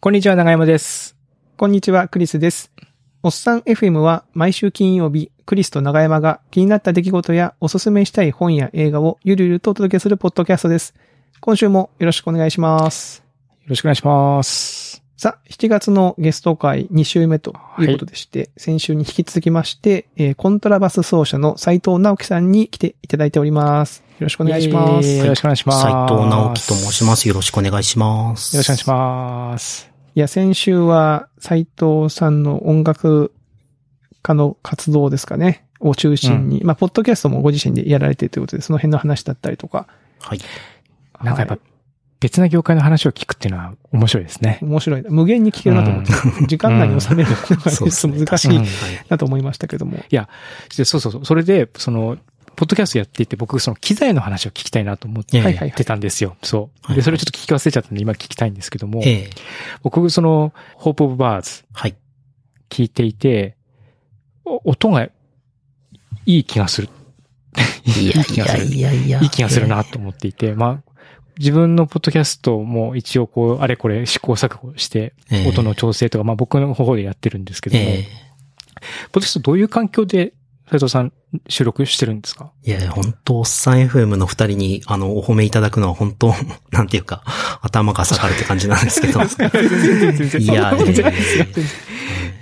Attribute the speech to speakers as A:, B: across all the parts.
A: こんにちは、長山です。こんにちは、クリスです。おっさん FM は毎週金曜日、クリスと長山が気になった出来事やおすすめしたい本や映画をゆるゆるとお届けするポッドキャストです。今週もよろしくお願いします。
B: よろしくお願いします。
A: さあ、7月のゲスト会2週目ということでして、先週に引き続きまして、えーコントラバス奏者の斉藤直樹さんに来ていただいております。よろしくお願いします。
B: イエーイよろしくお願いします。
C: 斉藤直樹と申します。よろしくお願いします。
B: よろしくお願いします。
A: いや、先週は斉藤さんの音楽家の活動ですかね、を中心に、まあ、ポッドキャストもご自身でやられてるということで、その辺の話だったりとか。
C: はい。
B: なんかやっ
A: は
B: ぱ、別な業界の話を聞くっていうのは面白いですね
A: い。面白いな。無限に聞けるなと思って、時間内に収めるのが、
C: そうですね
A: 難し
B: うん
A: い
B: はい
A: なと思いましたけども。
B: でそうそうそう。それで、その、ポッドキャストやっていて、僕、その機材の話を聞きたいなと思っ
C: え
B: て
C: え
A: はいはいはい。
B: 出たんですよ。そ
C: は
B: う。
C: いは
B: で、
C: い
B: それちょっと聞き忘れちゃったんで、今聞きたいんですけども、
C: ええ。
B: 僕、その、Hope of Birds
C: はい。
B: 聞いていて、お音がいい気がする。いい気がする。
C: やいや
B: いい気がするなと思っていて、まあ、自分のポッドキャストも一応こう、あれこれ試行錯誤して、
C: ええ
B: 音の調整とか、まあ僕の方でやってるんですけども、
C: え
B: ポッドキャストどういう環境で、斉藤さん収録してるんですか
C: え。いや、本当おっさん FM の二人に、あの、お褒めいただくのは本当、 なんていうか、頭が下がるって感じなんです けど。いや、いやいやい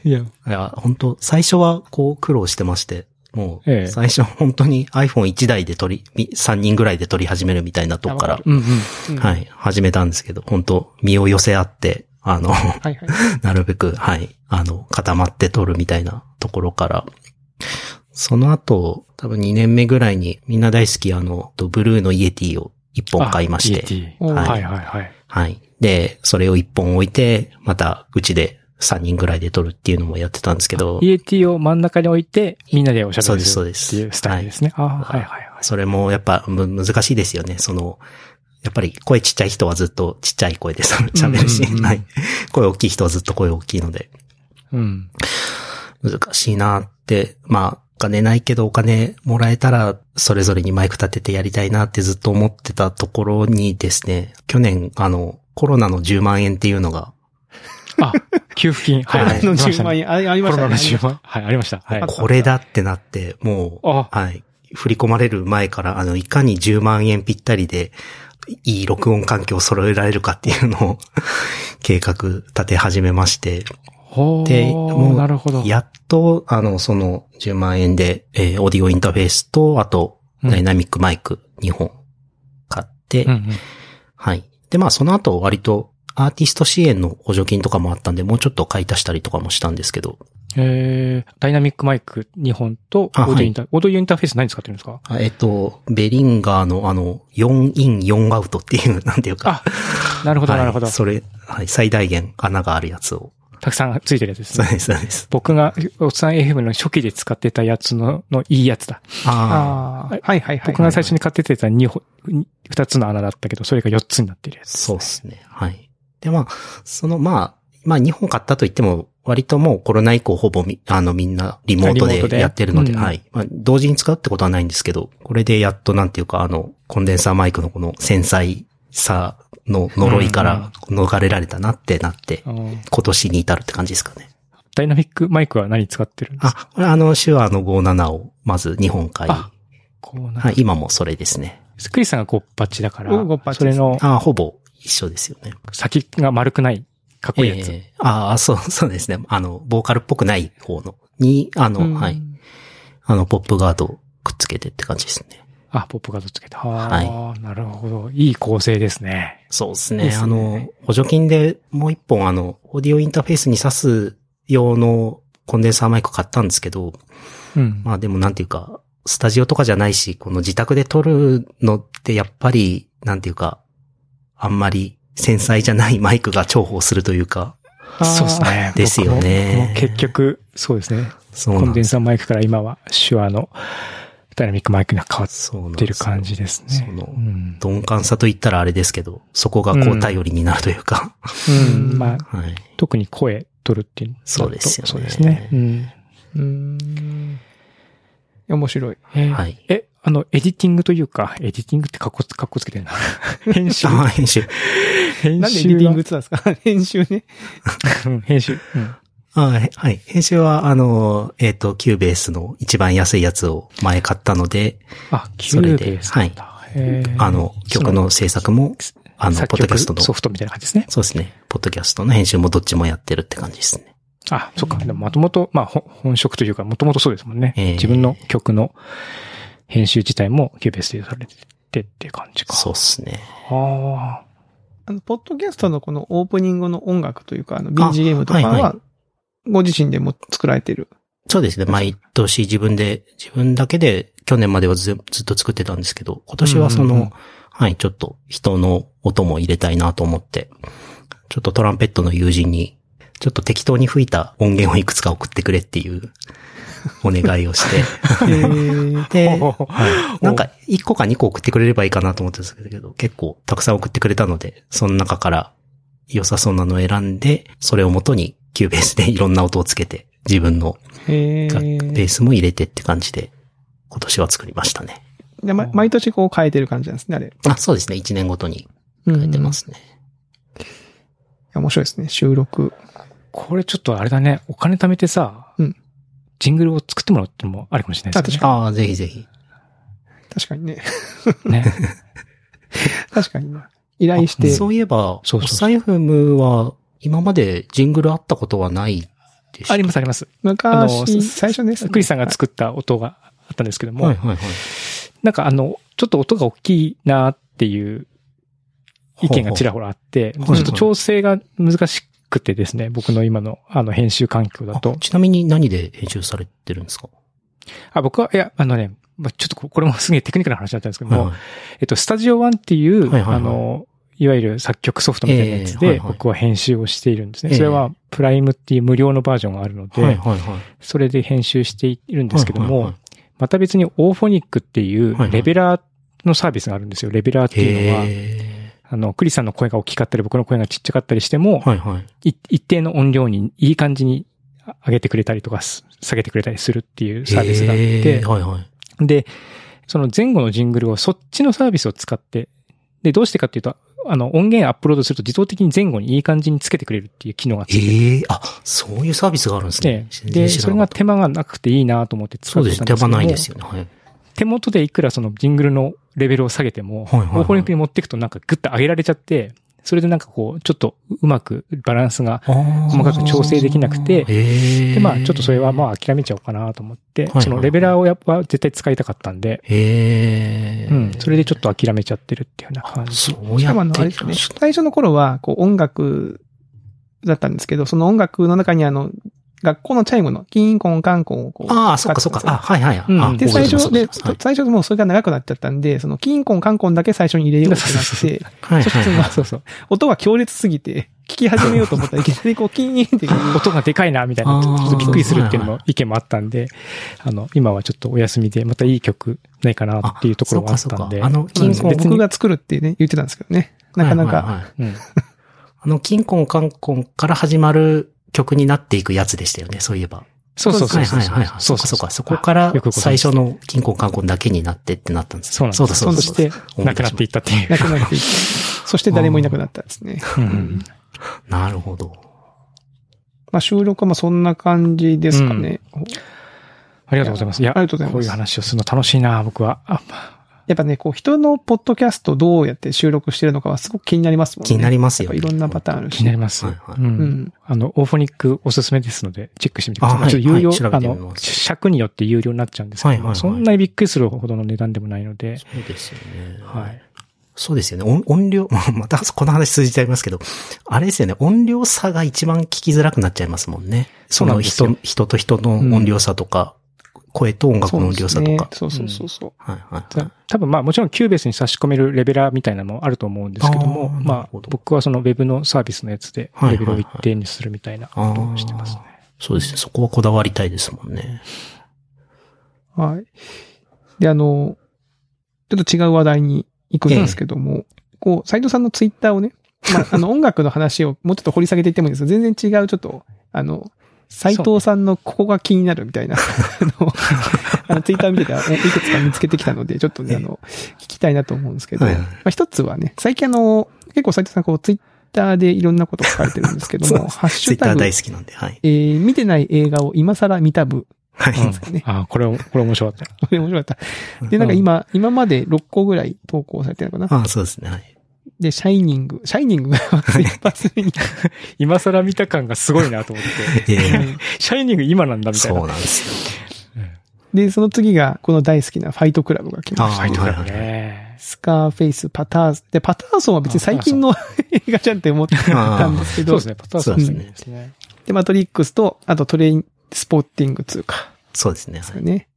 B: いや、
C: やいや、本当最初はこう苦労してまして、も
B: ええ
C: う、最初本当に iPhone1 台で撮り、3人ぐらいで撮り始めるみたいなとこか
A: あわ
C: ら
A: か、
B: うんうん。
A: うん
C: はい、始めたんですけど、本当身を寄せ合って、あの、
A: はいはい。
C: なるべく、はい、あの、固まって撮るみたいなところから。その後、多分2年目ぐらいに、みんな大好き、あの、ブルーのイエティを1本買いまし
B: あ
C: て、
B: ET
A: おー
B: は
C: はいい
B: はいはい。
C: はい。で、それを1本置いて、また、うちで3人ぐらいで撮るっていうのもやってたんですけど、
B: EAT を真ん中に置いて、みんなでおしゃべりす
C: そう
B: るっ
C: です
B: て
C: そ
B: い
C: うで
B: う
C: す
B: スタイルですね。ああ、はいはいはい。
C: それもやっぱむ難しいですよね。その、やっぱり声ちっちゃい人はずっとちっちゃい声で喋るし、
B: うんうんうん
C: はい。声大きい人はずっと声大きいので、
B: うん。
C: 難しいなって、まあ、お金ないけどお金もらえたら、それぞれにマイク立ててやりたいなってずっと思ってたところにですね、去年、あの、コロナの10万円っていうのが、
B: あ、給付金。はい
A: あ
B: はい。
A: の10万円、ああり
B: コ
A: まし
B: ロ
A: た
B: ナの
A: ね。
B: 10万。はい、ありました。はい。
C: これだってなって、もう、
B: あ
C: はい、振り込まれる前から、あの、いかに10万円ぴったりで、いい録音環境を揃えられるかっていうのを計画立て始めまして、
B: ほ
C: で
B: ー、
C: もう
B: なるほど。
C: やっと、あの、その10万円で、えーオーディオインターフェースと、あと、
B: うん
C: ダイナミックマイク2本買って、
B: うんうん。
C: はい。で、まあ、その後、割と、アーティスト支援の補助金とかもあったんで、もうちょっと買い足したりとかもしたんですけど、
B: えー、ダイナミックマイク2本と、オ
C: あ
B: ーディオインター、オーディオインターフェース何使ってるんですか
C: あえっと、ベリンガーのあの、4イン4アウトっていう、 なんていうか、
B: あ、なるほど、
C: はい
B: なるほど。
C: それ、はい、最大限穴があるやつを。
B: たくさんついてるやつです
C: そう
B: ね。
C: です、そうです。
B: 僕が、おっさん FM の初期で使ってたやつの、のいいやつだ。
C: ああ、
A: ああ、はいはいはい。
B: 僕が最初に買ってた2本、2つの穴だったけど、それが4つになってるやつ。
C: そうですね。はい。で、まあ、その、まあ、まあ、2本買ったといっても、割ともうコロナ以降ほぼみ、あの、みんなリモート
B: リモートで
C: でやってるので、
B: うん
C: はい。まあ、同時に使うってことはないんですけど、これでやっとなんていうか、あの、コンデンサーマイクのこの繊細さの呪いから逃れられたなってなって、
B: うん
C: 今年に至るって感じですかね。
B: ダイナミックマイクは何使ってるんですか
C: あ、これあの、手話の57をまず2本買い、
B: あこうな
C: はい、今もそれですね。
B: クリスさんがゴッパチだから
A: うんゴッパ、チ
B: それの
C: あ、ほぼ一緒ですよね。
B: 先が丸くない、かっこいいやつ
C: え。えああ、そう、 そうですね。あの、ボーカルっぽくない方の、に、あの、
A: うん
C: はい。あの、ポップガードをくっつけてって感じですね。
B: あ、ポップガードつけた。ああ、なるほど。いい構成ですね。
C: そうです
B: で
C: ね。
B: すね
C: あの、補助金でもう一本、あの、オーディオインターフェースに挿す用のコンデンサーマイク買ったんですけど、
B: うん。
C: まあでもなんていうか、スタジオとかじゃないし、この自宅で撮るのってやっぱり、なんていうか、あんまり繊細じゃないマイクが重宝するというか、
A: あー
B: そうですね。
C: ですよね
B: 僕も僕も結局、そうですね。
C: そう
B: コ
C: な
B: ン
C: ん
B: デ
C: で
B: ン
C: す。
B: サーマイクから今は手話のダイナミックマイクに変わっ
C: そうなんです
B: てる感じですね。
C: その
B: うん。
C: 鈍感さと言ったらあれですけど、そこがこ
B: うん
C: う頼りになるというか。
B: うんまあ、
C: はい。
B: 特に声取るっていうのだと。
C: そうですよね
B: そうですね。うん。
A: うーん。面白い。
B: えー
C: はい。
B: え、あの、エディティングというか、エディティングってかっこつ、かっこつけて るな。編集。
C: ああ、編集。
B: 編
A: なんでエディティングって言ったんですか 編集ね。
B: グ編集。うん
C: ああへはい。編集は、あの、えっ、と、キューベースの一番安いやつを前買ったので、
B: あ、キ
C: そ
B: ュ
C: れ
B: ー
C: で
B: ベースなんだ。へー
C: あの、曲の制作も、あの、
B: 作
C: ポッ
B: 曲
C: ドキャストの、
B: ソ
C: そう
B: フトみたいな感じですね。
C: ですね。ポッドキャストの編集もどっちもやってるって感じですね。
B: あ、そっか。でも、もともと、まあ、ほ本職というか、もともとそうですもんね。
C: ええ
B: 自分の曲の編集自体もキューベースでされててっていう感じか。
C: そうですね。
B: あ
A: あの、ポッドキャストのこのオープニングの音楽というか、あの、BGM とか
C: はい
A: は
C: は、
A: ご自身でも作られ てる。
C: そうですね。毎年自分で、自分だけで、去年まではずずっと作ってたんですけど、今年はその、
B: うんうんうん
C: はい、ちょっと人の音も入れたいなと思って、ちょっとトランペットの友人に、ちょっと適当に吹いた音源をいくつか送ってくれっていうお願いを して、
A: へー
C: で、
B: おお
C: はいなんか1個か2個送ってくれればいいかなと思ってたんですけど、結構たくさん送ってくれたので、その中から良さそうなのを選んで、それをもとにキューベースでいろんな音をつけて、自分の
A: へ
C: 楽ベー
A: ー
C: スも入れてって感じで、今年は作りましたね。
A: でま毎年こう変えてる感じなんですね、あれ。
C: あ、そうですね。1年ごとに
A: 変
C: 変えてま。すね。
A: 面白いですね、収録。
B: あ。これちょっとあれだね。お金貯めてさ、
A: うん
B: ジングルを作ってもらうってのもありかもしれないですね。
C: ああ、ぜひぜひ。
A: 確かにね。
B: ね。
A: 確かにね。依頼して。
C: そういえば、
B: そうそうそう
C: おっさん FM は今までジングルあったことはないでし た
B: ありますあり ます。あ
A: 昔、
B: の
A: 最初ですね。
B: クリスさんが作った音があったんですけども、
C: はいはいはい。
B: なんかあの、ちょっと音が大きいなっていう意見がちらほらあって、
C: ほうほう
B: ちょっと調整が難しくてですね、僕の今のあの編集環境だと
C: あ。ちなみに何で編集されてるんですか
B: あ、僕は、いや、あのね、まあちょっとここれもすげえテクニカルな話だったんですけども、
C: はい
B: えっと、スタジオワンっていう、
C: はいはいはい
B: あの、いわゆる作曲ソフトみたいなやつで、
C: ええはいはい
B: 僕は編集をしているんですね。
C: ええ
B: それは、プライムっていう無料のバージョンがあるので、
C: はいはいはい。
B: それで編集しているんですけども、
C: はいはいはい
B: また別にオーフォニックってい
C: はいうはい
B: レベラーのサービスがあるんですよ。レベラーっていうのは、
C: へ
B: あの、クリスさんの声が大きかったり、僕の声がちっちゃかったりしても
C: ー、はいはい。
B: い一定の音量にいい感じに上げてくれたりとか、す下げてくれたりするっていうサービスがあっ
C: へ
B: て
C: ー、はいはい。
B: で、その前後のジングルをそっちのサービスを使って、で、どうしてかっていうと、あの、音源アップロードすると自動的に前後にいい感じにつけてくれるっていう機能がついて
C: ええあ、そういうサービスがあるんです
B: て
C: ね。、全
B: で、
C: 然知
B: そ
C: ら
B: れが
C: なかった
B: 手間がなくていいなと思って使
C: そ
B: っ
C: うで
B: て
C: す
B: たん
C: ね。手
B: ですけど
C: 間
B: も
C: ないですよね。はい。
B: 手元でいくらそのジングルのレベルを下げても、
C: はいはいはい
B: オーフォニックに持っていくとなんかグッと上げられちゃって、それでなんかこう、ちょっとうまくバランスが、細
C: 細
B: かく調整できなくて
C: へ
B: で、まあちょっとそれは
C: あ。
B: まあ諦めちゃおうかなと思って、
C: はいはい
B: そのレベラーをやっぱ絶対使いたかったんで、
C: へえ。
B: うん、それでちょっと諦めちゃってるっていうような感じ。
C: そう
A: し
C: や
A: かもあ
C: っ
A: の、あ
C: て
A: れですね。最初の頃は、こう音楽だったんですけど、その音楽の中にあの、学校のチャイムのキーンコンカンコンをこう。
C: ああ、そっかそっか。あ、はいはい。
B: うん
C: あ
A: で、
C: 覚
A: 最
C: えてます
A: 初、で、
C: 覚えてます
A: 最初もうそれが長くなっちゃったんで、そのキーンコンカンコンだけ最初に入れようって なって、
C: はい
A: ちょ
C: は
A: っ
C: い
A: と
C: はいはい。
B: そうそう。
A: 音が強烈すぎて、聞き始めようと思ったらいきなりこう、キーンっていう。
B: 音がでかいな、みたいな、
C: あ
B: ち
C: ー
B: ょっとびっくりするっていうのも意見もあったんで、あの、今はちょっとお休みで、またいい曲ないかなっていうところがあったんで。
C: あそうか
A: キ
C: そ
A: ー
C: うかあの
A: ン
B: う
A: コ
B: ん
A: ン
B: 別
A: 僕
B: に
A: が作るってね、言ってたんですけどね。なかな
C: はいはい
A: か。
C: はい。
B: うん
C: あの、キンコンカンコンから始まる曲になっていくやつでしたよね、そういえば。
B: そうそうそうそう。
C: はいはいはい。
B: そ
C: そうう
B: そ
C: か
B: うそ
C: そううか。そこから
B: よくご存知です
C: 最初のキンコンカンコンだけになってってなったんですね
B: そうなんです。
C: そうだそうだ。
B: そして、なくなっていったっていう
A: な。くなっていく。そして誰もいなくなったんですね。
B: うん
C: なるほど。
A: まあ収録はまあそんな感じですかね。
B: ありがとうございます。いや、
A: ありがとうございます
B: こういう話をするの楽しいな、僕は。あ
A: やっぱね、こう人のポッドキャストどうやって収録してるのかはすごく気になりますもんね。
C: 気になりますよね
A: やっぱいろんなパターンある
B: 気に
A: し。
B: なります。
C: はいはい
B: うん
A: うん
B: あの、オーフォニックおすすめですので、チェックしてみてください。
C: あはい
B: ちょっと有料、
C: はい調べ
B: あ
C: てみます
B: の、尺によって有料になっちゃうんですけども、
C: はいはいはい
B: そんなにびっくりするほどの値段でもないので、
C: そうですよね。
B: はい。
C: そうですよね。音音量、 またこの話通じちゃいますけど、あれですよね。音量差が一番聞きづらくなっちゃいますもんね。
B: そ
C: そう
B: なん
C: の
B: ですよ
C: 人、人と人の音量差とか、声と音楽の音量差とか。
A: そうですねそうそうそうそう。
C: はいはいはい
B: た。多分まあもちろんキューベースに差し込めるレベラーみたいなのもあると思うんですけども、
C: あ
B: ま
C: ーなる
B: あ
C: ほど
B: 僕はそのウェブのサービスのやつで
C: はいは
B: レ
C: いは
B: ベ
C: い
B: ルを一定にするみたいなことをしてますね。
C: そうですね。そこはこだわりたいですもんね。
A: はい。で、あの、ちょっと違う話題に行くんですけども、こう、斎藤さんのツイ ッターをね、まあ、あの、音楽の話をもうちょっと掘り下げていってもいいんですけど、全然違うちょっと、あの、斎藤さんのここが気になるみたいな、 あの、あのツイッター見てて、あのいくつか見つけてきたので、ちょっとね、あの、聞きたいなと思うんですけど、
C: はいはい
A: まあ一つはね、最近あの、結構斎藤さんこうツイッターでいろんなこと書かれてるんですけど
C: そう
A: も、
C: です
A: ハッシ
C: ツ
A: ュ
C: イッタ
A: タ
C: ー
A: グ、
C: 大
A: え
C: 好きなんで、はい。
A: ー見てない映画を今更見たぶ
C: はい。
A: ですね。
B: ああ、これ、これ面白かった。
A: これ面白かった。で、なんか今、今まで6個ぐらい投稿されてるのかな。
C: ああ、そうですね、はい。
A: で、シャイニング、シャイニングが 一発目に。
B: 今更見た感がすごいなと思 って
C: ええ
B: て。シャイニング今なんだみたい
C: そ
B: な
C: う。なんですよ。
A: で、その次が、この大好きなファイトクラブが来ま
C: ああ、
A: した。
C: はい
B: だよ
C: はいはい。
B: ね。
A: スカーフェイス、パターソン。で、パターソンは別に最近の映画じゃんって思ってたんですけ
B: そう
A: ど
B: で、すね。パターン
C: そう
A: です
C: ね
B: ですね。
A: で、マトリックスと、あとトレイン、スポーティング2か。
C: そうですね。
A: ですよね。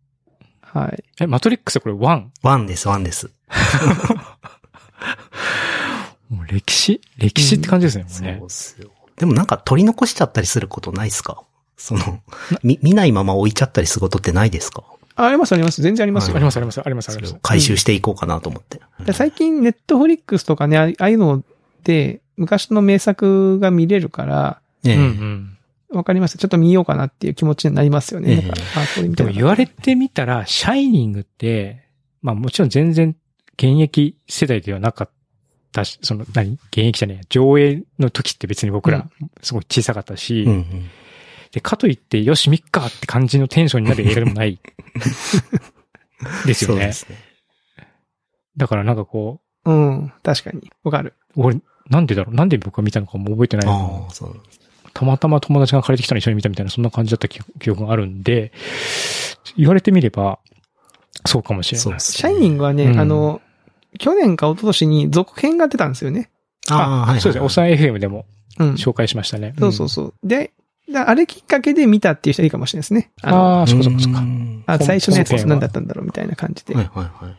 A: はい。
B: え、マトリックスこれ 1?
C: ワンです、ワンです。
B: もう歴史歴史って感じですね、もう
C: そう
B: ね
C: っ。すよ。でもなんか取り残しちゃったりすることないですかその、み見ないまま置いちゃったりすることってないですか
A: あありますあります。全然ありますよ
B: ありますありますありますあ
C: そ
B: り
C: れ
B: ま
C: を
B: す。
C: 回収していこうかなと思って。
A: で最近、ネットフリックスとかね、あああいうので、昔の名作が見れるから、
B: うんう
C: ね
B: ん。
A: わかりました。ちょっと見ようかなっていう気持ちになりますよね。
C: ええ
A: だからあ、これ見
B: で
A: て
B: も言われてみたら、シャイニングって、まあもちろん全然現役世代ではなかったし、その何現役じゃねえや上映の時って別に僕らすごい小さかったし、
C: えうんうん
B: で、かといって、よし、見っかって感じのテンションになる映画でもない。です
C: そ
B: よ
C: うで
B: ね。
C: すね。
B: だからなんかこ
A: うん、確かに。わかる。
B: う、俺、なんでだろうなんで僕が見たのかも覚えてない
C: あ
B: の
C: あ、そうなんです。
B: たまたま友達が借りてきたの一緒に見たみたいな、そんな感じだった記記憶があるんで、言われてみれば、そうかもしれ
C: そう
B: な
C: で
B: い。
C: すね。
A: シャイニングはね、
B: うん
A: あの、去年か一昨年に続編が出たんですよね。
C: ああ、はいはいはい。
B: そうですね。おっさん FM でも
A: うん。
B: 紹介しましたね。
A: そうそう
B: そ
A: そう。で、だあれきっかけで見たっていう人はいいかもしれないですね。あの
B: ああ、そうかそうかそうか。
C: ん
A: あ
B: 本
A: 最初のやつ
B: 本編は
A: 何だったんだろうみたいな感じで。
C: はいはいはい。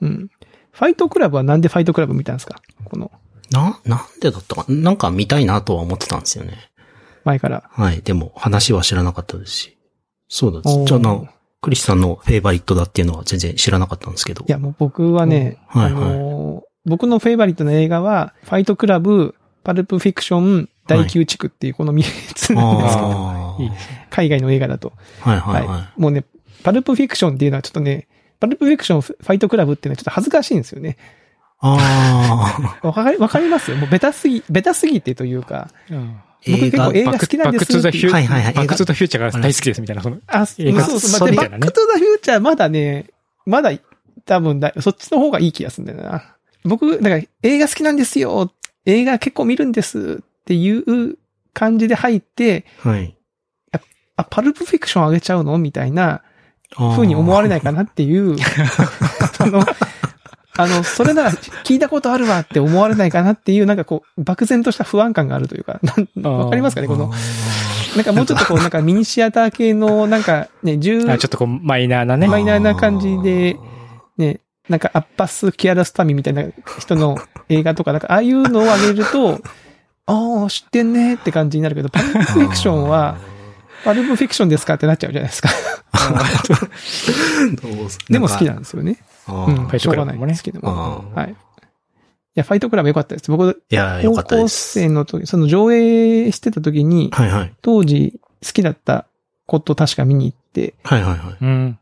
A: うん。ファイトクラブはなんでファイトクラブ見たんですかこの
C: な、なんでだったかなんか見たいなとは思ってたんですよね。
A: 前から。
C: はい。でも、話は知らなかったですし。そうなんで
A: おー
C: す。じゃあな、クリスさんのフェイバリットだっていうのは全然知らなかったんですけど。
A: いや、もう僕はね、
C: うんはい
A: あのー僕のフェイバリットの映画は、ファイトクラブ、パルプフィクション、第9地区っていうこの3つなんですけど、
C: あ
B: いい
A: 海外の映画だと。
C: あ。はいはいはい。
A: もうね、パルプフィクションっていうのはちょっとね、パルプフィクション、ファイトクラブっていうのはちょっと恥ずかしいんですよね。
C: ああ。
A: わかり、わかりますよ。もうベタすぎ、ベタすぎてというか、
B: うん
A: 僕結構映画好きなんです
B: バックトゥザフュー
C: はいはいはい
B: バックトゥザフューチャーが大好きですみたいな、その、
A: あ、そう
B: 映画
A: そうそう。まあで
B: それ
A: バックトゥザフューチャーまだね、まだ多分だ、そっちの方がいい気がするんだよな。僕、だから映画好きなんですよ。映画結構見るんですっていう感じで入って、
C: はい。
A: あ、パルプフィクションあげちゃうのみたいな
C: あー
A: 風に思われないかなっていう、その、 あの、それなら聞いたことあるわって思われないかなっていう、なんかこう、漠然とした不安感があるというか、なんわかりますかねこの、
C: あ
A: なんかもうちょっとこう、なんかミニシアター系の、なんかね、10
B: あちょっとこう、マイナーなね
A: マ。イ
C: ー
A: ナーな感じで、ね、なんかアッパス・キアラスタミみたいな人の映画とか、なんかああいうのをあげると、ああ、知ってんねって感じになるけど、パルプフィクションは、パルプフィクションですかってなっちゃうじゃないですか。
C: あー、どうす
A: でも好きな
C: か
A: んですよね。
C: あ
A: うん、
B: ファ
C: ー
B: イトクラブもね
A: しょうがないですけど
C: あ
A: も。
C: ー
A: はい。いや、ファイトクラブ良かったです。僕、
C: いや、よ
A: 高
C: かったで
A: 校
C: す。
A: 生の時、その上映してた時に、
C: はいはい。
A: 当時好きだったこと確か見に行って、
C: はいはいはい。
B: うん。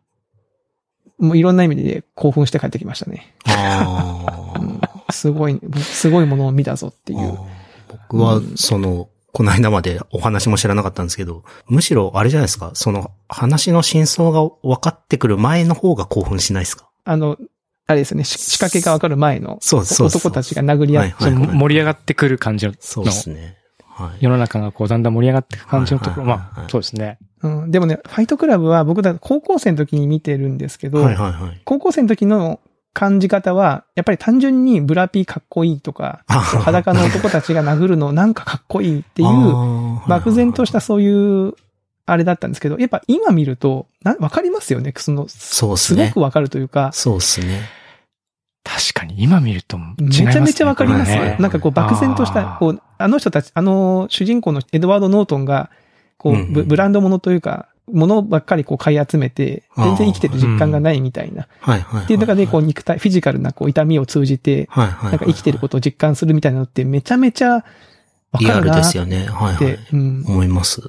A: もういろんな意味で興奮して帰ってきましたね。
C: あ
A: う
C: ー
A: んすごい、すごいものを見たぞってい
C: あ
A: う。
C: ー僕は、その、この間までお話も知らなかったんですけど、むしろあれじゃないですか、その話の真相が分かってくる前の方が興奮しないですか
A: あの、あれですよね、し仕掛けがわかる前の
C: そうですそうです
A: 男たちが殴り合って、
C: は
B: そ
C: い
B: の
C: はい
B: 盛り上がってくる感じの、
C: そうですね。はい。
B: 世の中がこう、だんだん盛り上がってく感じのところ、
C: はいはいはい
B: まあ、そうですね。
A: うん。でもね、ファイトクラブは僕だ高校生の時に見てるんですけど、
C: はいはいはい。
A: 高校生の時の感じ方は、やっぱり単純にブラピーかっこいいとか、
C: っ
A: 裸の男たちが殴る のなんかかっこいいって
C: て
A: いう、
C: う
A: 漠然とした
C: そ
A: そういう、あれだったんですけど、やっぱ今見ると、なわかりますよね、その、す
C: うです
A: ご
C: ね
A: く。わかるというか、
C: そうですね。
B: 確かに、今見ると違います
A: め
B: ね、
A: ちゃめちゃわかります
B: こ
A: よ
B: れ
C: ね。
A: なんかこう漠然とし
B: あ
A: た
B: ー、
A: こう、あの人たち、あの主人公のエドワード・ノートンが、こ
C: うん
A: う、
C: うん
A: ブブランドものというか、ものばっかりこう買い集めて、全然生きてる実感がないみたいな。
C: はいはいはい。
A: っていう中で、こう肉体、フィジカルなこう痛みを通じて、
C: はいはいはい。
A: なんか生きてることを実感するみたいなのってめちゃめちゃわ
C: リ
A: か
C: ア
A: る
C: ル
A: な
C: で
A: っ
C: す
A: て、
C: よね。はいはい。
A: うん。
C: 思います。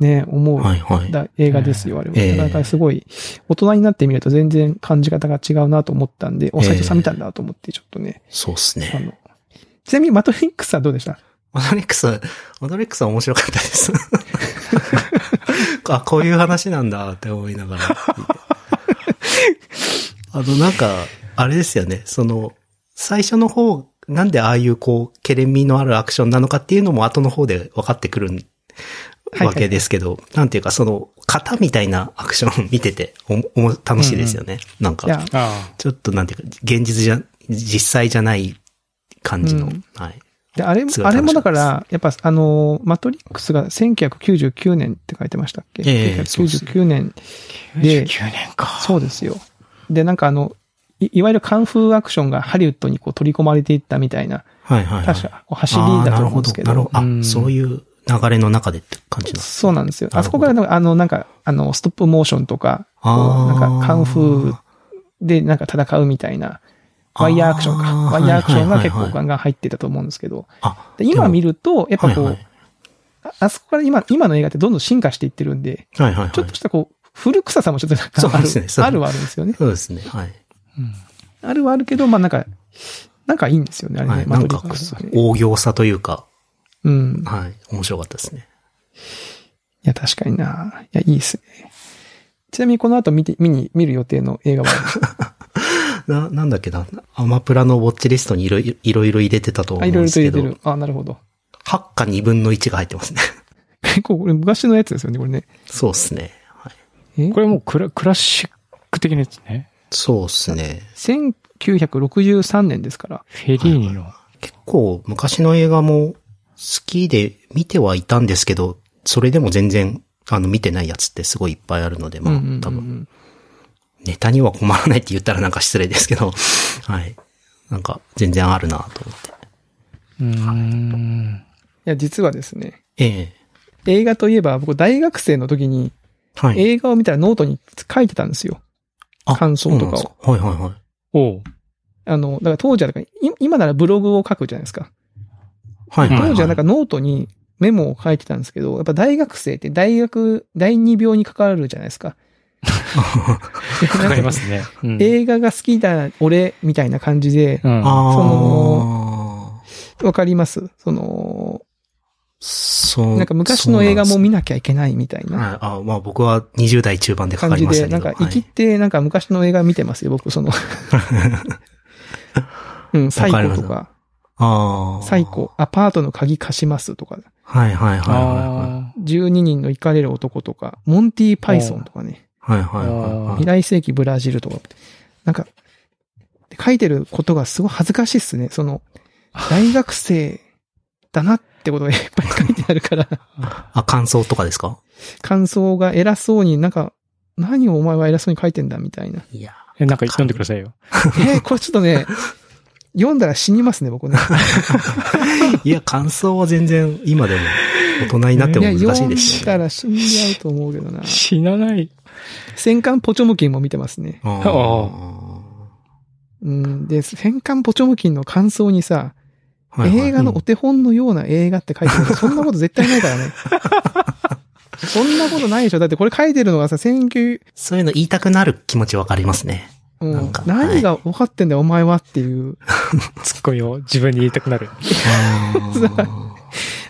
A: ね、思う
C: はいはい。
A: だ映画ですよ、あれは。
C: ええ
A: だからすごい、大人になってみると全然感じ方が違うなと思ったんで、お、斎藤さん見たんだと思って、ちょっとね、
C: そうっす
A: あ
C: ね。
A: の、ちなみにマトリックスはどうでした
C: マトリックス、マトリックスは面白かったです。あ、こういう話なんだって思いながら。あの、なんか、あれですよね。その、最初の方、なんでああいうこう、ケレミのあるアクションなのかっていうのも後の方で分かってくるん
A: はいはい
C: わけですけど、なんていうかその、型みたいなアクションを見てて、おもおも楽しいですよね。なん
A: いや
C: か、、
B: あ
C: ちょっとなんていうか、現実じゃ、実際じゃない感じの、
A: うん
C: はい。
A: であれ
C: す、ごい楽しかったです
A: あれもだから、やっぱ、あの、マトリックスが1999年って書いてましたっけ、
C: ええそうですね
A: ?1999 年、
B: あ。
A: で
B: 99年か。
A: そうですよ。で、なんかあの、いいわゆるカンフーアクションがハリウッドにこう取り込まれていったみたいな、
C: はいはい、はい。
A: 確かお走りだと思うんですけ
C: あーなる
A: ど
C: ほ、ど、なるほど。
B: うん
C: あ、そういう流れの中でって感じなんです
A: そうなんですよ。
C: なるほど
A: あそこからなんか、あの、なんか、あの、ストップモーションとか、こ
C: あ
A: う
C: ー
A: なんか、カンフーでなんか戦うみたいな、ワイヤーアクションか。
C: あー
A: ワイヤーアクションが
C: はいはい
A: 結
C: はいはい
A: 構ガンガン入ってたと思うんですけど、
C: あ、
A: で今見
C: る、
A: ると、やっぱこう、
C: はいはい
A: ああそこから今、今の映画ってどんどん進化していってるんで、
C: はいはいはい。
A: ちょっとしたこう、古臭さもちょっとなんか
C: そう
A: ある
C: ですねそう
A: あるはあるんですよね。
C: そうですね。はい。
B: うん
A: あるはあるけど、まあなんか、なんかいいんですよね、あれね。
C: はい、
A: マ
C: なん
A: トリ
C: か
A: ックスはね、
C: 大行さというか、
A: うん。
C: はい。面白かったですね。
A: いや、確かにな。いや、いいっすね。ちなみにこの後見て、見に、見る予定の映画は、
C: な、なんだっけな。アマプラのウォッチリストにいろいろいろいろ入れてたと思
A: あ、
C: う
A: い
C: ん
A: ろい
C: で
A: ろ
C: す
A: と入
C: け
A: れて
C: ど
A: る、。あ、なるほど。
C: 8か2分の1が入ってますね。
A: 結構これ昔のやつですよね、これね。
C: そうですね。はい。
A: え
B: これもうクラクラシック的なやつね。
C: そうですね。
A: 1963年ですから。
B: フェリーニの。
C: 結構昔の映画も好きで見てはいたんですけど、それでも全然、あの、見てないやつってすごいいっぱいあるので、まあ、
A: うんうんうんうん
C: 多分、ネタには困らないって言ったらなんか失礼ですけど、 はい。なんか、全然あるなと思って。
B: うーん。
A: いや、実はですね、
C: ええ
A: 映画といえば僕大学生の時に
C: はい。
A: 映画を見たらノートに書いてたんですよ。
C: あ
A: 感想とかを。
C: そうなんですかはいはいはい。
B: おう。
A: あの、だから当時はだから、い今ならブログを書くじゃないですか。
C: はいはい、はい。
A: 当時はなんかノートにメモを書いてたんですけど、やっぱ大学生って大学、第二病に関わるじゃないです か。
B: かかりますね。うん
A: 映画が好きだ、俺、みたいな感じで
B: う、ん。
C: ああ。
A: そのわかりますその、
C: そう。
A: なんか昔の映画も
C: そうなんで
A: 見なきゃいけないみたい
C: す
A: な。
C: はい。あまあ僕は20代中盤でか
A: 感
C: かり
A: じ
C: まし
A: で、
C: たけ
A: な
C: ど。
A: んか、生きっ
C: はい
A: て、なんか昔の映画見てますよ、僕、その。 うん、サイコとか、
C: ああ。
A: サイコ、アパートの鍵貸しますとか、
C: はいはいはいは
B: あ
A: 12人のイカれる男とか、モンティ・パイソンとかね、
C: いはい。はいはいはいはい
A: 未。来世紀ブラジルとか、なんか、書いてることがすごい恥ずかしいっすね、その、大学生だなってことがいっぱい書いてあるから、
C: あ、感想とかですか
A: 感想が偉そうになんか、何をお前は偉そうに書いてんだみたいな。
C: いや。
B: え、なんか読んでくださいよ。
A: えーこれちょっと ね、読んだら死にますね、僕ね。
C: いや、感想は全然今でも大人になっても
A: いや、
C: 難しい
A: 読
C: で
A: ん
C: すし。
A: だら死んじゃうと思うけどな。
B: 死なない。
A: 戦艦ポチョムキンも見てますね。
C: あ
A: うん。で、戦艦ポチョムキンの感想にさ、
C: ーはいはい
A: 映画のお手本のような映画って書いて ある。そんなこと絶対ないからね。そんなことないでしょ。だってこれ書いてるのがさ、選挙、
C: そういうの言いたくなる気持ちわかります ね。
A: うん
C: なんか
A: 何が分かってんだよ、お前はっていう。
B: ツッコミを自分に言いたくなる。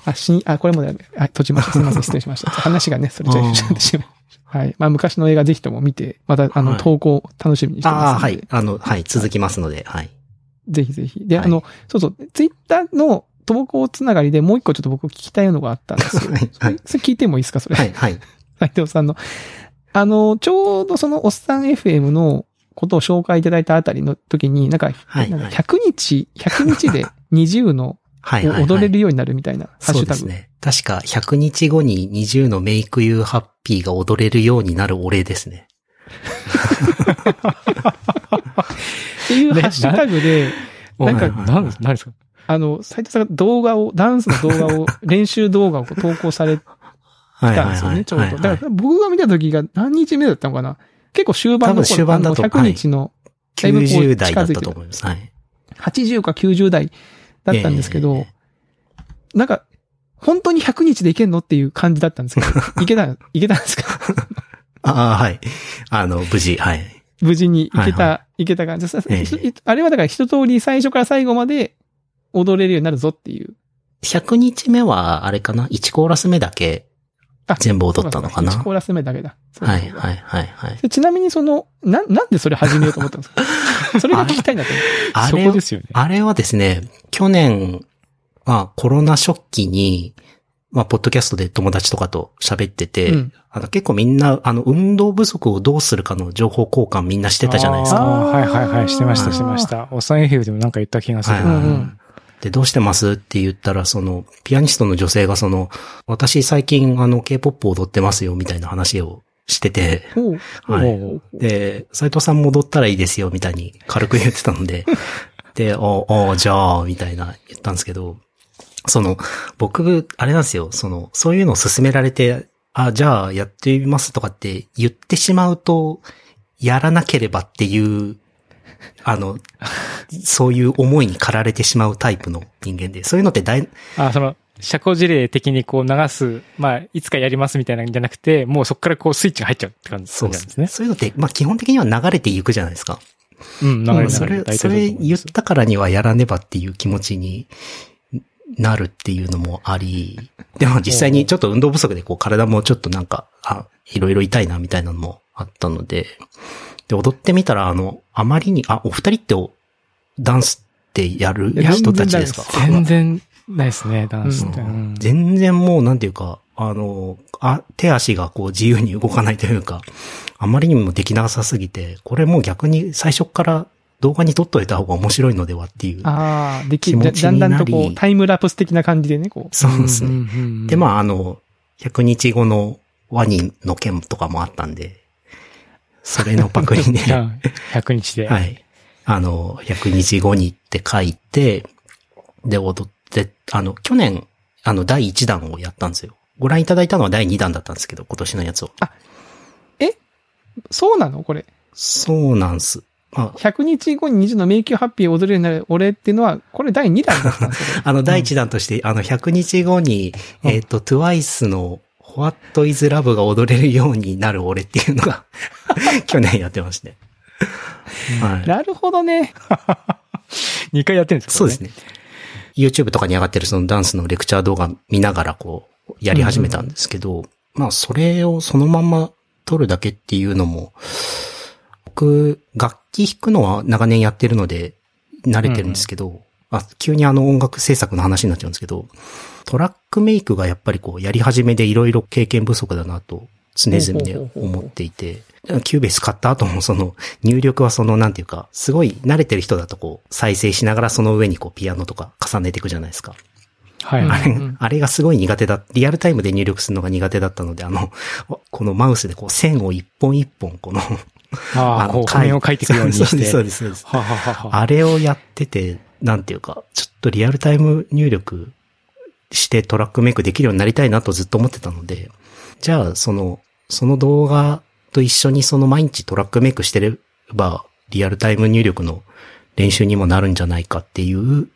A: あ、しあ、これもだね。あ、閉じま した。すみません。失礼しました。話がね、それじゃ
C: あー
A: ちゃってしまう。はい。まあ、昔の映画ぜひとも見て、また、あの、
C: はい
A: 投稿楽しみにしてますので。
C: ああ、はい。あの、はい。続きますので、はい。
A: ぜひぜひ。で、
C: はい
A: あの、そうそう、ツイッターの投稿つながりでもう一個ちょっと僕聞きたいのがあったんですよ。
C: はい
A: それそれ聞いてもいいですかそれ。
C: は
A: 斉
C: い、はい。
A: 藤さんの。あの、ちょうどそのおっさん FM のことを紹介いただいたあたりの時に、なんか、
C: はい
A: なんか100日、100日で20の
C: はい。はい。
A: 踊れるようになるみたいな、ハッ
C: そ
A: シュ
C: うで
A: タ
C: す
A: グ。
C: ね。確か、100日後に20のメイクユーハッピーが踊れるようになるお礼ですね。
A: っていうハッシュタ グで、なんか
C: はいはい
B: なん、なんですか
A: あの、斉藤さんが動画を、ダンスの動画を、練習動画をこう投稿されて
C: は
A: 来
C: い。
A: たんですよね、ちょうど。だから僕が見た時が何日目だったのかな結構終盤の
C: 多分終盤だと
A: あの100日のだいぶこう
C: 90代
A: 近
C: だ
A: づ
C: っ
A: い
C: た
A: て
C: と
A: た
C: 思います。はい。
A: 80か90代だったんですけど、
C: ええ
A: なんか、本当に100日でいけんのっていう感じだったん ですけど、いけた、いけたんですか
C: ああ、はい。あの、無事、はい。
A: 無事にいけた、
C: はいい
A: けた感じです、
C: え
A: あれはだから一通り最初から最後まで踊れるようになるぞっていう。
C: 100日目は、あれかな ?1 コーラス目だけ
A: あ、
C: 全部踊ったのかな
A: 1コーラス目だけだ。そうだ
C: はい、はい、はい、はい。
A: でちなみにその、な、なんでそれ始めようと思ったんです かそれが聞きたいなと思って。
C: あ
B: そ
C: れ
B: こですよね。
C: あれはですね、去年はコロナ初期に、まあ、ポッドキャストで友達とかと喋ってて、
A: うん
C: あの結構みんな、あの、運動不足をどうするかの情報交換みんなしてたじゃないですか。
B: あーはいはいは
A: あー
B: い。してました、してました。オサンエフェルでもなんか言った気がする。
C: はい
A: うんうん
C: で、どうしてますって言ったら、その、ピアニストの女性がその、私最近あの、K-POP 踊ってますよ、みたいな話をしてて、
A: ほう
C: はい
B: おう
C: で、斉藤さん戻ったらいいですよ、みたいに軽く言ってた ので、で、お、お、じゃあ、みたいな言ったんですけど、その、僕、あれなんですよ、その、そういうのを勧められて、あ、じゃあ、やってみますとかって言ってしまうと、やらなければっていう、あの、そういう思いに駆られてしまうタイプの人間で、そういうのって大、
B: あ、その、社交辞令的にこう流す、まあ、いつかやりますみたいなんじゃなくて、もうそこからこうスイッチが入っちゃうって感じな
C: そうんで
B: ですす
C: ね。
B: ね。
C: そういうのって、まあ基本的には流れていくじゃないですか。
B: うん、流れ流れ
C: それ
B: 大、体
C: そ
B: だと思
C: れ
B: い
C: 言
B: ま
C: っ
B: す
C: たからにはやらねばっていう気持ちになるっていうのもあり、でも実際にちょっと運動不足でこう体もちょっとなんか、あ、いろいろ痛いなみたいなのもあったので、で、踊ってみたらあの、あまりに、あ、お二人っておダンスってやる
A: いや
C: 人たちですか
B: 全然ないですね、ダンスって。
C: う
B: うんん
C: 全然もうなんていうか、あの、あ、手足がこう自由に動かないというか、あまりにもできなさすぎて、これもう逆に最初から動画に撮っといた方が面白いのではっていう。
A: ああ、でき
C: 気
A: る。だ
C: 持ち
A: だ
C: に
A: ん
C: な
A: だ
C: り
A: んとこう、タイムラプス的な感じでね、こ
C: そうですね。
B: ね
C: で、まああの、100日後のワニの件とかもあったんで、それのパク リね。
B: じゃあ、100日で。
C: はい。あの、100日後にって書いて、で、踊って、あの、去年、あの、第1弾をやったんですよ。ご覧いただいたのは第2弾だったんですけど、今年のやつを。
A: う。そうなのこれ。
C: そうなんす。ま
A: 100日後に2時の迷宮ハッピーを踊れるようになる俺っていうのは、これ第2弾だったんです
C: あ、あの、第1弾として、あの、100日後に、
B: うん
C: えっ、と、TWICE の What is Love が踊れるようになる俺っていう のが、去年やってまして。はい
A: けど。。 なるほどね。
B: 2回やってるんですか
C: そうです。ね。YouTube とかに上がってるそのダンスのレクチャー動画見ながらこう、やり始めたんですけど、まあそれをそのまんま撮るだけっていうのも、僕、楽器弾くのは長年やってるので、慣れてるんですけど、あ、急にあの音楽制作の話になっちゃうんですけど、トラックメイクがやっぱりこう、やり始めでいろいろ経験不足だなと、常々ね
A: ほうほうほうほう
C: 思っていて、キューベース買った後もその、入力はその、なんていうか、すごい慣れてる人だとこう、再生しながらその上にこう、ピアノとか重ねていくじゃないですか。
B: はい。
A: うん
C: あれ
A: うん、
C: あれがすごい苦手だ。リアルタイムで入力するのが苦手だったので、あの、このマウスでこう、線を一本一本、この、
B: ああ、こう、画面を書いていくようにして。
C: そうです、そうです、そうです。
B: はははは。
C: あれをやってて、なんていうか、ちょっとリアルタイム入力してトラックメイクできるようになりたいなとずっと思ってたので、じゃあ、その、その動画と一緒にその毎日トラックメイクしてれば、リアルタイム入力の練習にもなるんじゃないかっていう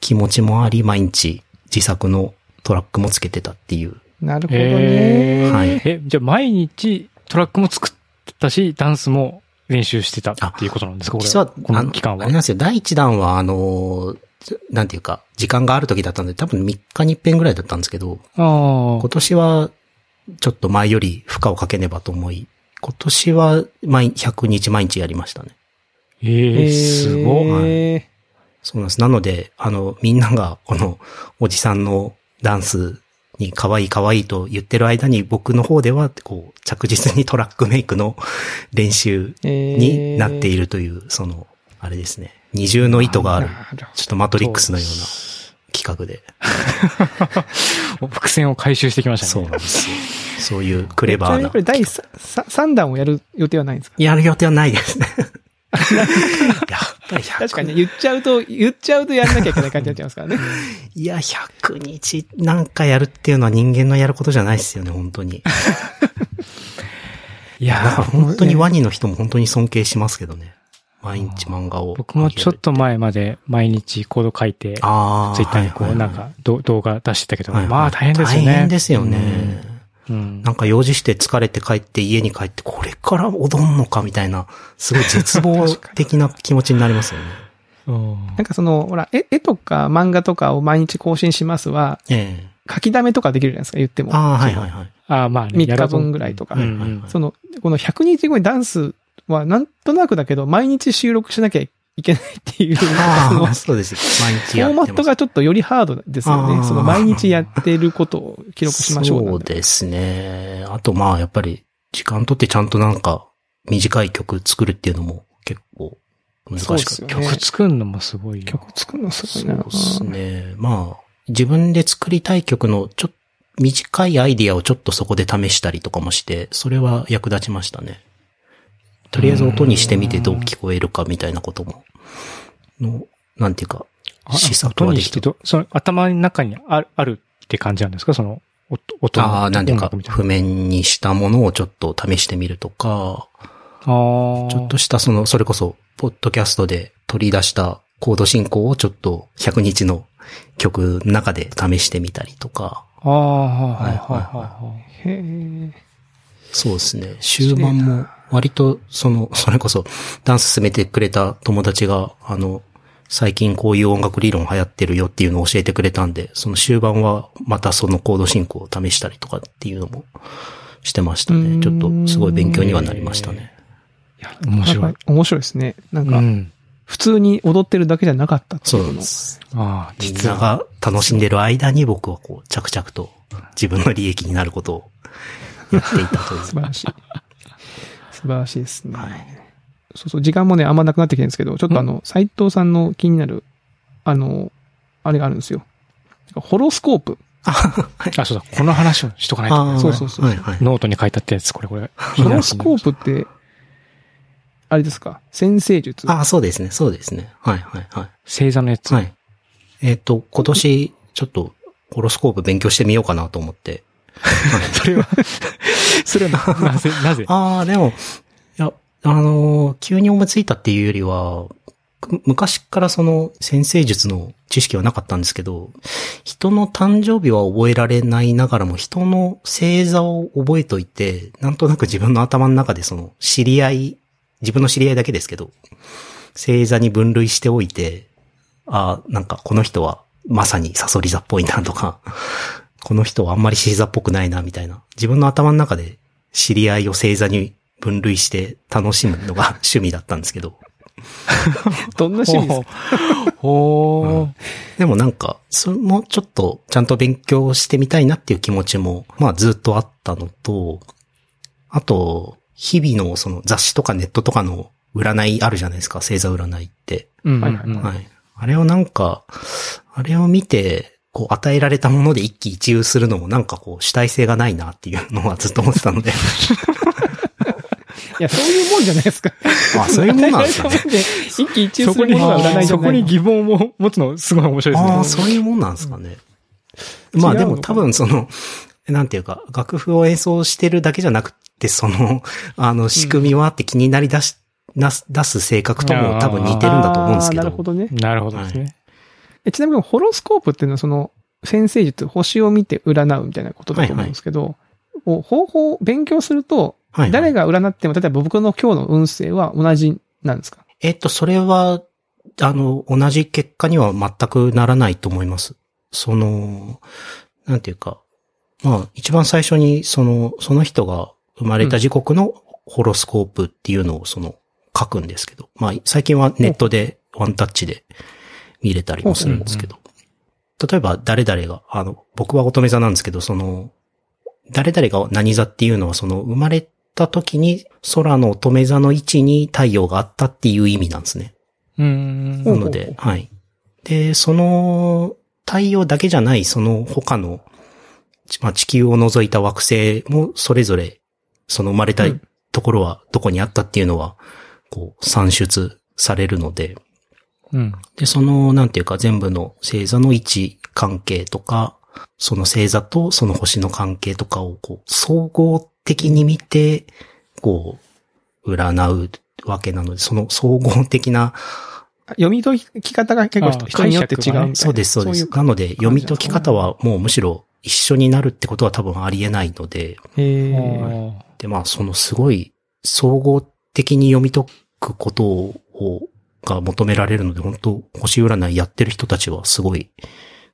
C: 気持ちもあり、毎日自作のトラックもつけてたっていう。
A: なるほどね。
B: えー
C: はい
B: え、じゃあ毎日トラックも作ったし、ダンスも練習してたっていうことなんですかこれ
C: 実は、
B: こ
C: あ
B: の
C: の
B: 期間
C: あ
B: は
C: れ。なんですよ、第一弾はあの、なんていうか、時間がある時だったので、多分3日に一遍ぐらいだったんですけど、
B: あ
C: 今年は、ちょっと前より負荷をかけねばと思い、今年は毎、100日毎日やりましたね。
B: えー、すごい。
A: い。
C: そうなんです。なので、あの、みんなが、この、おじさんのダンスに可愛い可愛いと言ってる間に、僕の方では、こう、着実にトラックメイクの 練習になってい
A: る。
C: るという、その、あれですね。二重の糸がある、
A: なるほ
C: ちょっとマトリックスのような
B: そ
C: 企画で。
B: う伏線を回収してきましたね。
C: そうなんですよ。そういうクレ
A: どちな
C: バ
A: みに
C: ーな
A: こ。れ第 3, 弾をやる予定はないんですか
C: やる予定はないで すね。やっぱり100
A: 確かにね、言っちゃうと、言っちゃうとやんなきゃいけない感じになっちゃいますからね。
C: いや、100日なんかやるっていうのは人間のやることじゃないですよね、本当に。
B: いや
C: だから
B: ー、
C: 本当にワニの人も本当に尊敬しますけどね。毎日漫画を。
B: 僕もちょっと前まで毎日コード書いて、
C: ああ。
B: ツイッターにこう、なんか、ど動画出してたけど、
C: はいはい、
B: まあ大変ですよね。
C: 大変ですよね。
B: うん。
C: なんか用事して疲れて帰って家に帰ってこれから踊んのかみたいな、すごい絶望的な気持ちになりますよ ね。
B: うん
A: なんかその、ほら、絵絵とか漫画とかを毎日更新しますは、
C: ええ。
A: 書き溜めとかできるじゃないですか、言っても。
C: ああ、はいはいはい。
B: ああ、まあね、
A: 3
B: やら
A: 日
B: ず
A: 分ぐらいとか
B: う。んうん
C: はい
A: その、この100日後にダンスはなんとなくだけど、毎日収録しなきゃいけないっていう、そ
C: あ
A: の
C: あ、そうです。毎日
A: フ
C: やっ
A: ォー
C: て
A: マ
C: ます。
A: ットがちょっとよりハードですよ
C: あー
A: ね。その毎日やってることを記録しましょうな
C: そ
A: ん
C: う
A: て。
C: ですね。あとまあ、やっぱり、時間取ってちゃんとなんか、短い曲作るっていうのも結構難しく
A: そうですよね
B: 曲作るのもすごいよ。
A: 曲作るのすごい
C: そう
A: な。
C: ですね。まあ、自分で作りたい曲のちょっと短いアイディアをちょっとそこで試したりとかもして、それは役立ちましたね。とりあえず音にしてみてどう聞こえるかみたいなことも、の、なんていうか、試作
B: 音
C: は
B: に
C: で
B: し
C: き
B: て
C: た。
B: ど、その頭の中にあるあるって感じなんですかその、音音の
C: ああ、なんていうか
B: 音楽み、たい
C: 譜面にしたものをちょっと試してみるとか、
B: なああ。
C: ちょっとしたその、それこそ、ポッドキャストで取り出したコード進行をちょっと100日の曲の中で試してみたりとか、
B: ああ、はいはい
C: はい
B: はいはい。
A: へえ。
C: そうですね。終盤も、割と、その、それこそ、ダンス進めてくれた友達が、あの、最近こういう音楽理論流行ってるよっていうのを教えてくれたんで、その終盤はまたそのコード進行を試したりとかっていうのもしてました
A: うーん
C: ね。ちょっとすごい勉強にはなりましたね。
B: 面白
A: なん
B: い。
A: か面白いですね。なん
B: う
A: か、
B: ん。
A: 普通に踊ってるだけじゃなかったって
C: そ
A: いうう
C: な
A: の
C: ん
A: も
C: です。
B: ああ、
C: みん
B: 実
C: な
B: は。
C: が楽しんでる間に僕はこう、着々と自分の利益になることをやっていたという。
A: 素晴らしい。素晴らしいですね。
C: はい
A: そうそう、時間もね、あんまなくなってきてるんですけど、ちょっとあの、斎藤さんの気になる、あの、あれがあるんですよ。ホロスコープ。
B: あ、そうだ、この話をしとかないと
C: あー
B: ね。
A: そうそうそう
C: はいはい。
B: ノートに書いてあったやつ、これこれ。
A: ホロスコープって、あれですか先生術。
C: ああ、そうですね。そうですね。はいはいはい。
B: 星座のやつ。
C: はい。えっ、と、今年、ちょっと、ホロスコープ勉強してみようかなと思って。
B: それは、そ れはな、なぜ、なぜ
C: ああ、でも、いや、あのー急に思いついたっていうよりは、く昔からその先生術の知識はなかったんですけど、人の誕生日は覚えられないながらも、人の星座を覚えといて、なんとなく自分の頭の中でその知り合い、自分の知り合いだけですけど、星座に分類しておいて、ああ、なんかこの人はまさにサソリ座っぽいなとか、この人はあんまり獅子座っぽくないなみたいな。自分の頭の中で知り合いを星座に分類して楽しむのが趣味だったんですけど。
A: どんな趣味ですか
B: ほう
C: うでもなんか、それもちょっとちゃんと勉強してみたいなっていう気持ちも、まあずっとあったのと、あと、日々のその雑誌とかネットとかの占いあるじゃないですか、星座占いって。
B: うん
A: はいはい
B: うん
C: はい。あれをなんか、あれを見て、こう与えられたもので一喜一憂するのもなんかこう主体性がないなっていうのはずっと思ってたので。
A: いや、そういうもんじゃないですか。
C: あ、そういうもんなん ですかね。
A: 与えられたもんで一喜一憂
B: そ
A: す
B: こ
A: る
B: に
A: ものが占いじゃない、の
B: そこに疑問を持つのすごい面白いですね。
C: ああ、そういうもんなんですかね。まあ
A: 違う
C: で
A: のか
C: も多分その、なんていうか、楽譜を演奏してるだけじゃなくて、その、あの、仕組みはって気になり出し、なす出す性格とも多分似てるんだと思うんですけど。
A: あーなるほどね。
B: なるほどですね。
A: えちなみに、ホロスコープっていうのは、その、先生術、星を見て占うみたいなことだと思うんですけど、こう方法を勉強すると、
C: はい。
A: 誰が占っても、例えば僕の今日の運勢は同じなんですか
C: えっと、それは、あの、同じ結果には全くならないと思います。その、なんていうか、まあ、一番最初に、その、その人が生まれた時刻のホロスコープっていうのを、その、書くんですけど、まあ、最近はネットでワンタッチで見れたりもするんですけど、例えば誰々が、あの、僕は乙女座なんですけど、その、誰々が何座っていうのは、その、生まれた時に空の乙女座の位置に太陽があったっていう意味なんですね。
B: うん
A: ほうほ
C: な
A: うほ
C: の
A: う
C: で、はい。で、その太陽だけじゃない、その他の、ちまあ、地球を除いた惑星もそれぞれ、その生まれた
A: うん
C: ところはどこにあったっていうのは、こう、算出されるので、
B: うん。
C: で、その、なんていうか、全部の星座の位置関係とか、その星座とその星の関係とかを、こう、総合的に見て、こう、占う、わけなので、その総合的な、
A: 読み解き方が結構
B: あ
A: 人によって違うみたい
B: 解釈が
A: な、
B: ね
C: そうです、そうです。
A: い
C: なので、読み解き方はもうむしろ一緒になるってことは多分ありえないので、
A: へ
B: あ
A: ー
B: ー
C: で、まあ、そのすごい総合的に読み解くことを、が求められるので、本当星占いやってる人たちはすごい、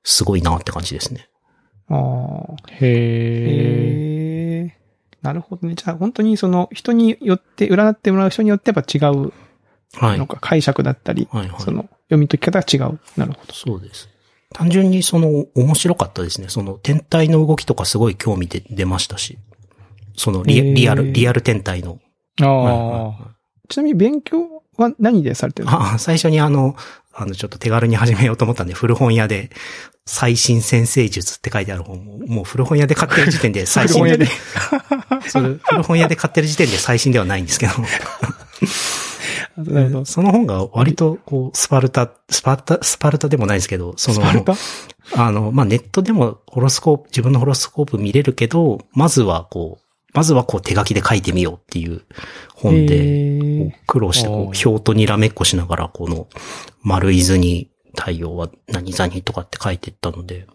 C: すごいなって感じですね。
A: あー
B: へえ。
A: へえ。なるほどね。じゃあ本当にその人によって、占ってもらう人によってやっぱ違う
C: はい。
A: のか、解釈だったり、
C: はいはい。
A: その読み解き方が違う。なるほど。
C: そうです。単純にその面白かったですね。その天体の動きとかすごい興味で出ましたし。そのリ,、
A: へー
C: リアル、リアル天体の。
B: あ
C: はい
B: あ。
A: ちなみに勉強は何でされてるんですか
C: あ最初にあの、あの、ちょっと手軽に始めようと思ったんで、古本屋で、最新先生術って書いてある本も、もう古本屋で買ってる時 点で最新
A: 古本屋で
C: それ古本屋で買ってる時点で最新ではないんですけど。
A: なるほど。
C: その本が割と、こう、スパルタ、スパルタ、スパルタでもないですけど、その、
A: スパルタ
C: あの、まあ、ネットでもホロスコープ、自分のホロスコープ見れるけど、まずはこう、まずはこう手書きで書いてみようっていう本で、こう
A: で。
C: 苦労してこう、
B: おー
C: 表とにらめっこしながら、この、丸い図に対応は何々とかって書いてったので、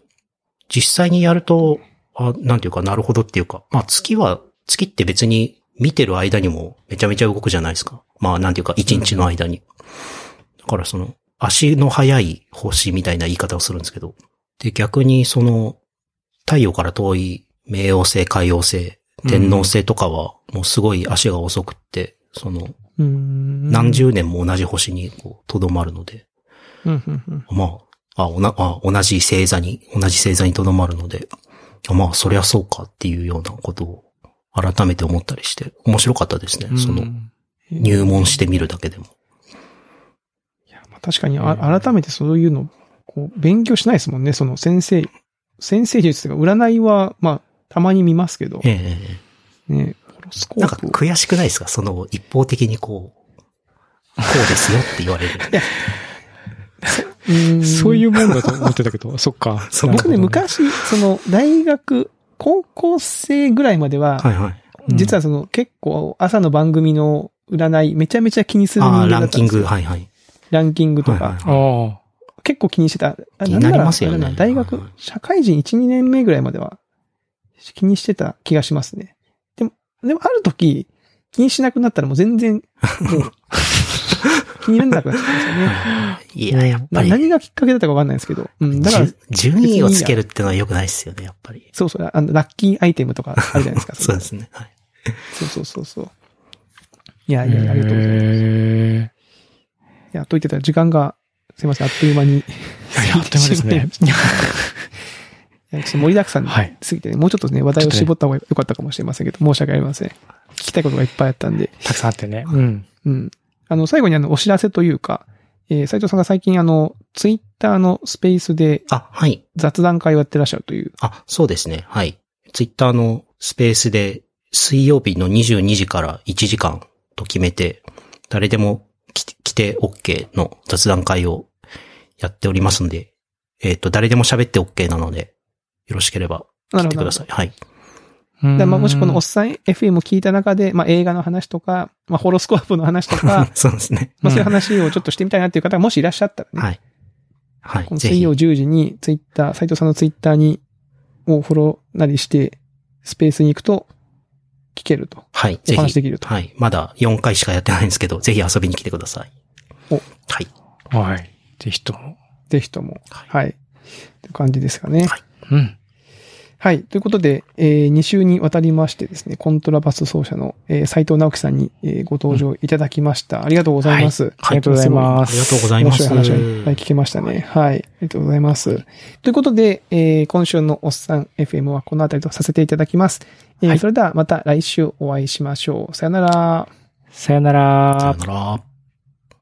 C: 実際にやると、あ、なんていうかなるほどっていうか、まあ、月は、月って別に見てる間にもめちゃめちゃ動くじゃないですか。まあ、なんていうか一日の間に。だからその、足の速い星みたいな言い方をするんですけど、で、逆にその、太陽から遠い冥王星、海王星、天王星とかは、もうすごい足が遅くって、その、
A: うん。
C: 何十年も同じ星にこうとどまるので、
A: うんうんうん
C: まあ、あおなあ同じ星座に、同じ星座にとどまるので、あまあ、そりゃそうかっていうようなことを改めて思ったりして、面白かったですね。その、入門してみるだけでも。
A: いやまあ確かに、
B: う
A: あ
B: ん
A: 改めてそういうの、こう、勉強しないですもんね。その先生、先生術というか、占いは、まあ、たまに見ますけど、
C: えええ
A: ね、ホロスコ
C: えなんか
A: ープを。
C: 悔しくないですかその、一方的にこう、こうですよって 言われる。
A: うん
B: そういうもんだと思ってたけど、 そっか。
C: そう
A: 僕ね、
B: なるほどね
A: 昔、その、大学、高校生ぐらいまでは、
C: はいはい。
B: うん
A: 実はその、結構、朝の番組の占い、めちゃめちゃ気にする人
C: ああ、
A: 間だ
C: ラン
A: った
C: キ
A: ん
C: ン
A: です
C: グ、
A: よ。
C: はいはい。
A: ランキングと
C: はい
A: か、
C: はい
B: あ
A: 結構気にしてた。あ
C: 気になりますよね
A: んならあれだな大
C: はい
A: 学、社会人1、2年目ぐらいまでは気にしてた気がしますね。でも、でもある時、気にしなくなったらもう全 然、もう気にならなくなっちゃったんですよね。
C: いや、やっぱ
A: な
C: り、
A: 何がきっかけだったかわかんないですけど。うん、だから、
C: じゅ順位をつけるってのは良くないですよね、やっぱり。
A: そうそう、あの、ラッキーアイテムとかあるじゃないですか。
C: そうですね。はい。
A: そうそうそうそう。いや
B: あ。
A: いやいや、ありがとうございます。
B: へ
A: いや、と言ってたら時間が、すいません、あっという間に。
B: ーいや、あっとい う間ですね。
A: いやちょっと盛りだくさん
B: はい
A: すぎてね、もうちょっとね、話題を絞った方が良かったかもしれませんけど、申し訳ありません。聞きたいことがいっぱいあったんで。
B: たくさんあってね。うん。
A: うん。あの、最後にあの、お知らせというか、えー斉藤さんが最近あの、ツイッターのスペースで
C: あ、はい。
A: 雑談会をやってらっしゃるという。
C: あ、そうですね。はい。ツイッターのスペースで、水曜日の22時から1時間と決めて、誰でも来て来て OK の雑談会をやっておりますので、えっ、と、誰でも喋って OK なので、よろしければ
A: な
C: 来
A: る
C: て
A: ほど
C: くだ。さい。はい。、
A: でまあ、もしこのおっ
B: す
A: さん FM を聞いた中で、まあ、映画の話とか、まあ、ホロスコープの話とか
C: そうですね。
A: まあ、そういう話をちょっとしてみたいなっていう方がもしいらっしゃったらね、
C: はい。はい
A: こ。の
C: ぜ
A: 水
C: ひ。
A: 曜10時にツイッター、斉藤さんのツイッターに、をフォローなりして、スペースに行くと、聞けると。
C: はい。
A: お
C: ぜ
A: 話
C: ひ。
A: できると。
C: はい。まだ4回しかやってないんですけど、ぜひ遊びに来てください。
A: お
C: はい。
B: はい。ぜひとも。
A: ぜひとも。
C: はい
A: はい。って感じですかね。
C: はい
B: うん。
A: はい。ということで、え2週にわたりましてですね、コントラバス奏者の、え斎藤直樹さんに、えーご登場いただきました。ありがとうございます。
B: ありがとうござい
C: あ
B: ます。
C: りがとうございます。
A: 面白い話がいっぱい聞けましたね。はい。ありがとうございます。ということで、えー今週のおっさん FM はこのあたりとさせていただきます。えー
B: はい
A: それではまた来週お会いしましょう。さよなら。
B: さよなら
C: さよ。なら。